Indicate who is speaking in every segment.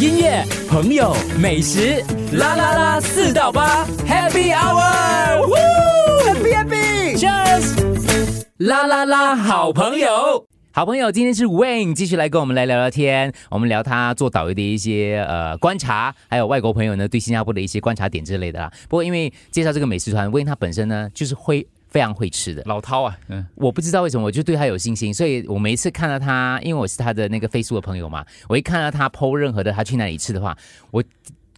Speaker 1: 音乐、朋友、美食，啦啦啦，四到八，Happy Hour，Happy Happy，Cheers，啦啦啦，好朋友。好朋友，今天是 Wayne 继续来跟我们来聊聊天。我们聊他做导游的一些呃观察，还有外国朋友呢对新加坡的一些观察点之类的啦。不过因为介绍这个美食团，Wayne 他本身呢就是会非常会吃的，
Speaker 2: 老饕啊，嗯，
Speaker 1: 我不知道为什么，我就对他有信心，所以我每一次看到他，因为我是他的那个 Facebook 的朋友嘛，我一看到他 PO 任何的他去哪里吃的话，我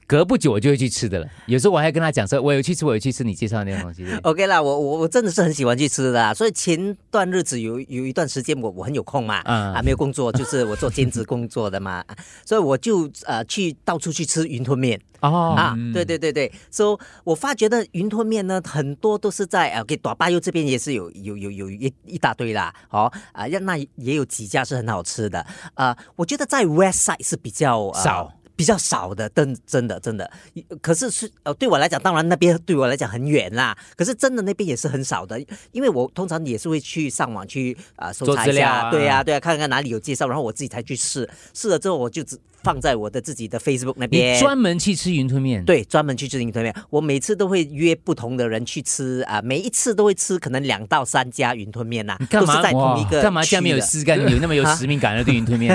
Speaker 1: 隔不久我就会去吃的了。有时候我还跟他讲说，我有去吃，我有去吃你介绍的那种东西。对不对
Speaker 3: OK 啦，我我我真的是很喜欢去吃的啦，所以前段日子有有一段时间我我很有空嘛，
Speaker 1: 嗯
Speaker 3: 啊没有工作，就是我做兼职工作的嘛， 啊所以我就呃去到处去吃云吞面、
Speaker 1: 哦，
Speaker 3: 啊，对对对对，所、以我发觉的云吞面呢，很多都是在呃给短巴右这边也是有有有有一一大堆啦，哦啊，要那也有几家是很好吃的，啊，我觉得在 West Side 是比较、呃
Speaker 1: 少。
Speaker 3: 比较少的，真真的真的，可是是呃，对我来讲，当然那边对我来讲很远啦。可是真的那边也是很少的，因为我通常也是会去上网去啊、呃、搜
Speaker 1: 做
Speaker 3: 查
Speaker 1: 资
Speaker 3: 一
Speaker 1: 料
Speaker 3: 下，
Speaker 1: 啊
Speaker 3: 对呀、对呀、看看哪里有介绍，然后我自己才去试。试了之后，我就只放在我的自己的 Facebook 那
Speaker 1: 你
Speaker 3: 边。
Speaker 1: 专门去吃云吞面，，
Speaker 3: 对，专门去吃云吞面。我每次都会约不同的人去吃啊、每一次都会吃可能两到三家云吞面呐、
Speaker 1: 你干
Speaker 3: 都
Speaker 1: 嘛
Speaker 3: 是在同一
Speaker 1: 哇
Speaker 3: 个
Speaker 1: 干嘛下面有
Speaker 3: 区的
Speaker 1: 实感，有那么有
Speaker 3: 啊
Speaker 1: 使命感的对云吞 面？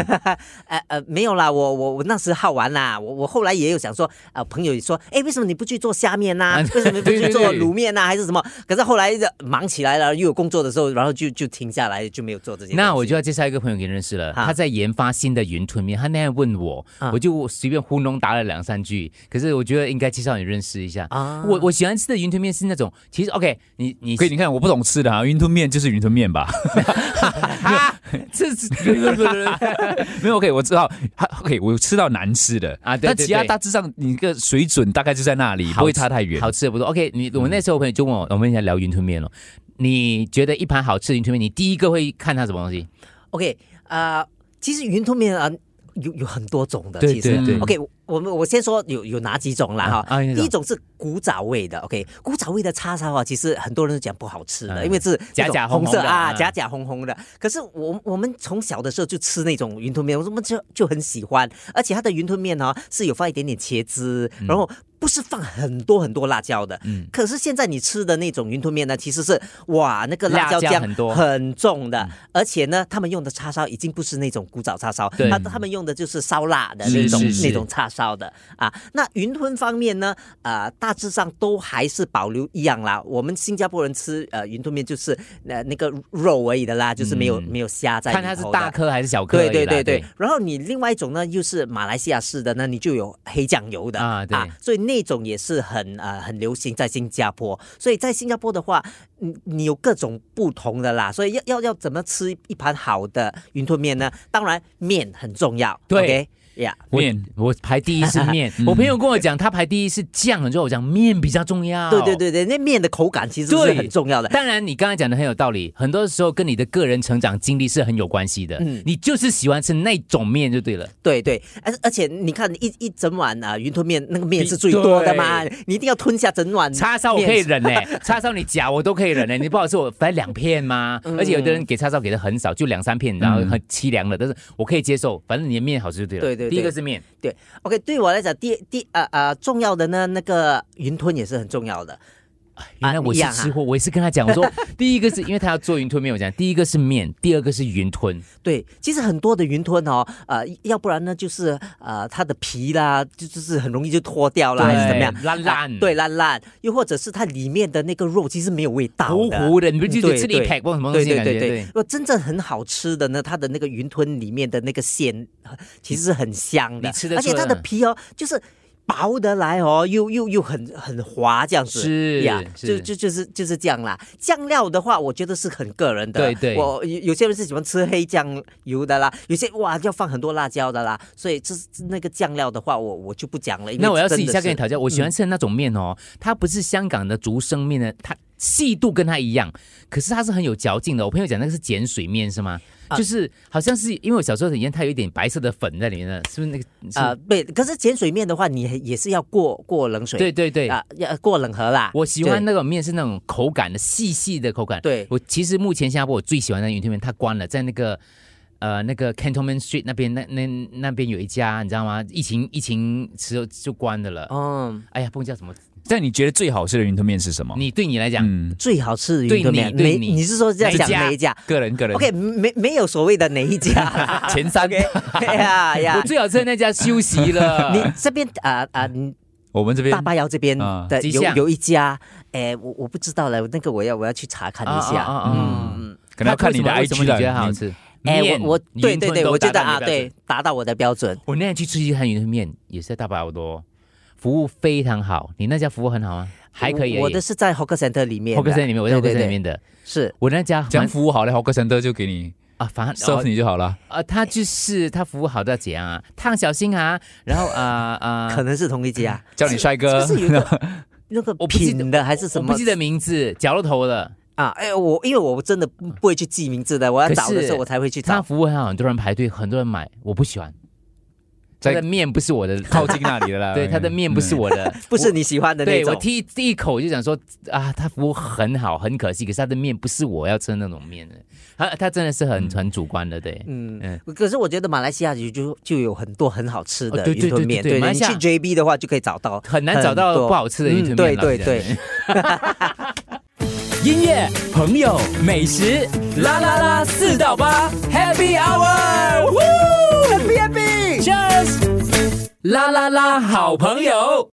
Speaker 3: 呃呃，没有啦，我我我那时好玩啦，我我后来也有想说，呃，朋友也说，哎，为什么你不去做虾面呐、
Speaker 1: 啊
Speaker 3: 为什么你不
Speaker 1: 对对
Speaker 3: 去做
Speaker 1: 对
Speaker 3: 卤面呐、还是什么？可是后来呃忙起来了，又有工作的时候，然后就就停下来，就没有做这些东西。
Speaker 1: 那我就要介绍一个朋友给你认识了，
Speaker 3: 好
Speaker 1: 他在研发新的云吞面，他那天问我，
Speaker 3: 啊
Speaker 1: 我就随便糊弄答了两三句，可是我觉得应该介绍你认识一下。
Speaker 3: 啊
Speaker 1: 我我喜欢吃的云吞面是那种，其实 OK，你你
Speaker 2: 可以，你看我不懂吃的啊，云吞面就是云吞面吧？
Speaker 1: 啊， 这是
Speaker 2: 没有 OK，我知道它 OK，我有吃到难吃的
Speaker 1: 啊对
Speaker 2: 但
Speaker 1: 对
Speaker 2: 其他
Speaker 1: 对
Speaker 2: 大致上你一个水准大概就在那里，
Speaker 1: 好
Speaker 2: 不会差太远。
Speaker 1: 好吃的不多。OK，你我那时候我朋友就问我，我们现在聊云吞面了，你觉得一盘好吃的云吞面，你第一个会看它什么东西？
Speaker 3: OK 啊、其实云吞面啊、有有很多种的，
Speaker 1: 对
Speaker 3: 其实
Speaker 1: 对对
Speaker 3: OK，我我们我先说有有哪几种啦
Speaker 1: 啊
Speaker 3: 哈、
Speaker 1: 啊那种
Speaker 3: 第一种是古早味的，OK，古早味的叉烧啊，其实很多人都讲不好吃的，
Speaker 1: 嗯
Speaker 3: 因为是
Speaker 1: 假
Speaker 3: 那种
Speaker 1: 假红
Speaker 3: 红色
Speaker 1: 红的
Speaker 3: 啊，
Speaker 1: 啊
Speaker 3: 假假红红的。可是我我们从小的时候就吃那种云吞面，我们就就很喜欢，而且它的云吞面呢、是有放一点点茄汁，
Speaker 1: 嗯
Speaker 3: 然后。不是放很多很多辣椒的，嗯，可是现在你吃的那种云吞面呢，其实是哇，那个辣椒
Speaker 1: 辣椒
Speaker 3: 酱
Speaker 1: 很多
Speaker 3: 很
Speaker 1: 嗯
Speaker 3: 重的，而且呢，他们用的叉烧已经不是那种古早叉烧，
Speaker 1: 对
Speaker 3: 他他们用的就是烧腊的
Speaker 1: 是
Speaker 3: 那种
Speaker 1: 是是
Speaker 3: 那种叉烧的啊。那云吞方面呢，呃，大致上都还是保留一样啦。我们新加坡人吃呃云吞面就是呃那个肉而已的啦，就是没有、没有虾在里
Speaker 1: 嗯看
Speaker 3: 头
Speaker 1: 它是
Speaker 3: 的
Speaker 1: 大颗还是小颗而已
Speaker 3: 对
Speaker 1: 啦？
Speaker 3: 对对对，然后你另外一种呢，又是马来西亚式的呢，你就有黑酱油的
Speaker 1: 啊对
Speaker 3: 所以那种也是很呃很流行在新加坡。所以在新加坡的话，你你有各种不同的啦，所以要要要怎么吃一盘好的云吞面呢？当然面很重要，
Speaker 1: 嗯对
Speaker 3: 呀
Speaker 1: 我
Speaker 2: 面
Speaker 1: 我排第一是 面，我朋友跟我讲他排第一是酱，很重要，我讲面比较重要。
Speaker 3: 对对对对，那面的口感其实是
Speaker 1: 哦对
Speaker 3: 很重要的。
Speaker 1: 当然，你刚才讲的很有道理，很多时候跟你的个人成长经历是很有关系的。
Speaker 3: 嗯
Speaker 1: 你就是喜欢吃那种面就对了。
Speaker 3: 对对，而而且你看一一整碗啊、云吞面，那个面是最多的嘛，你一定要吞下整碗面。
Speaker 1: 叉烧我可以忍呢、 叉烧你夹我都可以忍呢、你不好吃我反正两片嘛。
Speaker 3: 嗯
Speaker 1: 而且有的人给叉烧给的很少，就两三片，然后很凄凉的，但是我可以接受，反正你的面好吃就对了。
Speaker 3: 对对对
Speaker 1: 第一个是面，
Speaker 3: 对，OK，对我来讲，第第呃呃重要的呢，那个云吞也是很重要的。
Speaker 1: 原来我是
Speaker 3: 一样啊
Speaker 1: 吃货，我也是跟他讲，我说 第一个是因为他要做云吞面，我讲第一个是面，第二个是云吞，
Speaker 3: 对，其实很多的云吞哦，呃，要不然呢就是呃它的皮啦，就就是很容易就脱掉啦，还是怎么样？
Speaker 1: 对哎烂烂，
Speaker 3: 啊对，烂烂，又或者是它里面的那个肉其实没有味道
Speaker 1: 糊
Speaker 3: 的。嗯
Speaker 1: 糊的，你不就觉得
Speaker 3: 对
Speaker 1: 吃了一
Speaker 3: 对
Speaker 1: 排，不知道什么东
Speaker 3: 对
Speaker 1: 西的
Speaker 3: 对
Speaker 1: 感觉
Speaker 3: 对对，如果真正很好吃的呢，它的那个云吞里面的那个馅呃其实是很香的，
Speaker 1: 你吃得
Speaker 3: 而且
Speaker 1: 出来
Speaker 3: 它的皮哦，就是薄得来哦，又又又很很滑这样子，
Speaker 1: 是是
Speaker 3: 就就就是就是这样啦。酱料的话，我觉得是很个人的，
Speaker 1: 对对
Speaker 3: 我有有些人是喜欢吃黑酱油的啦，有些哇要放很多辣椒的啦，所以这那个酱料的话，我我就不讲了。因为
Speaker 1: 那我要私
Speaker 3: 真
Speaker 1: 底
Speaker 3: 的
Speaker 1: 下跟
Speaker 3: 是
Speaker 1: 你讨教，我喜欢吃的那种面哦，它不是香港的竹升面呢，它细度跟它一样，可是它是很有嚼劲的。我朋友讲那个是碱水面是吗？
Speaker 3: 啊
Speaker 1: 就是好像是因为我小时候体验，它有一点白色的粉在里面的，是不是那个？
Speaker 3: 啊、
Speaker 1: 啊，
Speaker 3: 对，可是碱水面的话，你也也是要过过冷水，
Speaker 1: 对对对。
Speaker 3: 啊，要过冷河啦。
Speaker 1: 我喜欢那种面是那种口感的细细的口感。
Speaker 3: 对
Speaker 1: 我其实目前新加坡我最喜欢的云吞面，它关了，在那个呃那个 Cantonment Street 那边那那那边有一家，你知道吗？疫情疫情之后就关的了。
Speaker 3: 嗯，
Speaker 1: 哎呀，不知道怎么，
Speaker 2: 但你觉得最好吃的云吞面是什么？
Speaker 1: 你对你来讲，
Speaker 2: 嗯，
Speaker 3: 最好吃的
Speaker 1: 对
Speaker 3: 云吞面，
Speaker 1: 你对
Speaker 3: 没
Speaker 1: 你
Speaker 3: 你是说这样讲
Speaker 1: 哪
Speaker 3: 哪
Speaker 1: 一
Speaker 3: 一家
Speaker 2: 个人个人
Speaker 3: ？OK，没没有所谓的哪一 家
Speaker 1: 前 三
Speaker 3: ，OK，呀呀
Speaker 1: 我，最好吃的那家休息
Speaker 3: 你
Speaker 1: 了。
Speaker 3: 这边啊啊，你
Speaker 2: 我们这边
Speaker 3: 大巴窑这边
Speaker 2: 啊
Speaker 3: 的
Speaker 1: 吉
Speaker 3: 有
Speaker 1: 祥
Speaker 3: 有一家，哎，我我不知道了，那个我要我要去查看一
Speaker 1: 啊啊
Speaker 3: 下。
Speaker 1: 啊啊
Speaker 3: 嗯嗯，
Speaker 2: 可能要看你的
Speaker 1: 为什么
Speaker 2: IG
Speaker 1: 你觉得它
Speaker 2: 了
Speaker 1: 好。吃？
Speaker 3: 哎，
Speaker 1: 面
Speaker 3: 我我对对对，我觉得
Speaker 1: 云
Speaker 3: 啊，，
Speaker 1: 吞都达到你的标准
Speaker 3: 对，达到我的标准。
Speaker 1: 我那天去吃一餐云吞面，也是在大堡多，服务非常好。你那家服务很好吗？还可以而已。
Speaker 3: 我我的是在 Hawker Center 里面的
Speaker 1: Hawker Center 里面，我在 Hawker
Speaker 3: 对
Speaker 1: Center
Speaker 3: 对
Speaker 1: 里面的，
Speaker 3: 是
Speaker 1: 我那家
Speaker 2: 这样
Speaker 1: 蛮
Speaker 2: 服务好了，好，个神的就给你
Speaker 1: 啊，反正
Speaker 2: serve 你就好了。
Speaker 1: 呃，他就是他服务好到怎样啊？烫小心啊，然后啊啊，
Speaker 3: 可能是同一家，
Speaker 2: 叫你帅哥
Speaker 3: 是不是有一个 那个
Speaker 1: 我不记得
Speaker 3: 品的还是什
Speaker 1: 我
Speaker 3: 么？
Speaker 1: 不记得名字，绞了头了。
Speaker 3: 啊，哎，我因为我真的不不会去记名字的，我要
Speaker 1: 嗯可
Speaker 3: 找的
Speaker 1: 是
Speaker 3: 时候我才会去
Speaker 1: 他
Speaker 3: 找。
Speaker 1: 服务很好，很多人排队，很多人买，我不喜欢。他
Speaker 2: 在
Speaker 1: 的面不是我 的，
Speaker 2: 靠近那里的啦。
Speaker 4: 嗯
Speaker 2: 嗯
Speaker 1: 对他的面不是我的，
Speaker 3: 不是
Speaker 1: 我。
Speaker 3: 你喜欢的那
Speaker 1: 对
Speaker 3: 种
Speaker 1: 我，第一第一口就想说啊，他服务很好，很可惜，可是他的面不是我要吃的那种面的，他他真的是
Speaker 4: 嗯
Speaker 1: 很很主观的，对，
Speaker 3: 嗯
Speaker 1: 嗯，
Speaker 3: 可是我觉得马来西亚就就就有很多很好吃
Speaker 1: 哦
Speaker 3: 的
Speaker 1: 对对
Speaker 3: 云吞
Speaker 1: 对
Speaker 3: 面，
Speaker 1: 对对马来
Speaker 3: 你
Speaker 1: 西
Speaker 3: 去
Speaker 1: 亚
Speaker 3: JB 的话就可以找到，
Speaker 1: 很难找
Speaker 3: 很多
Speaker 1: 到不好吃的云吞面
Speaker 3: 嗯
Speaker 1: 了。
Speaker 3: 对
Speaker 1: 我觉得
Speaker 3: 对对。
Speaker 4: 音乐、朋友、美食，啦啦啦，四到八，Happy Hour，Happy Happy，Cheers，啦啦啦，好朋友。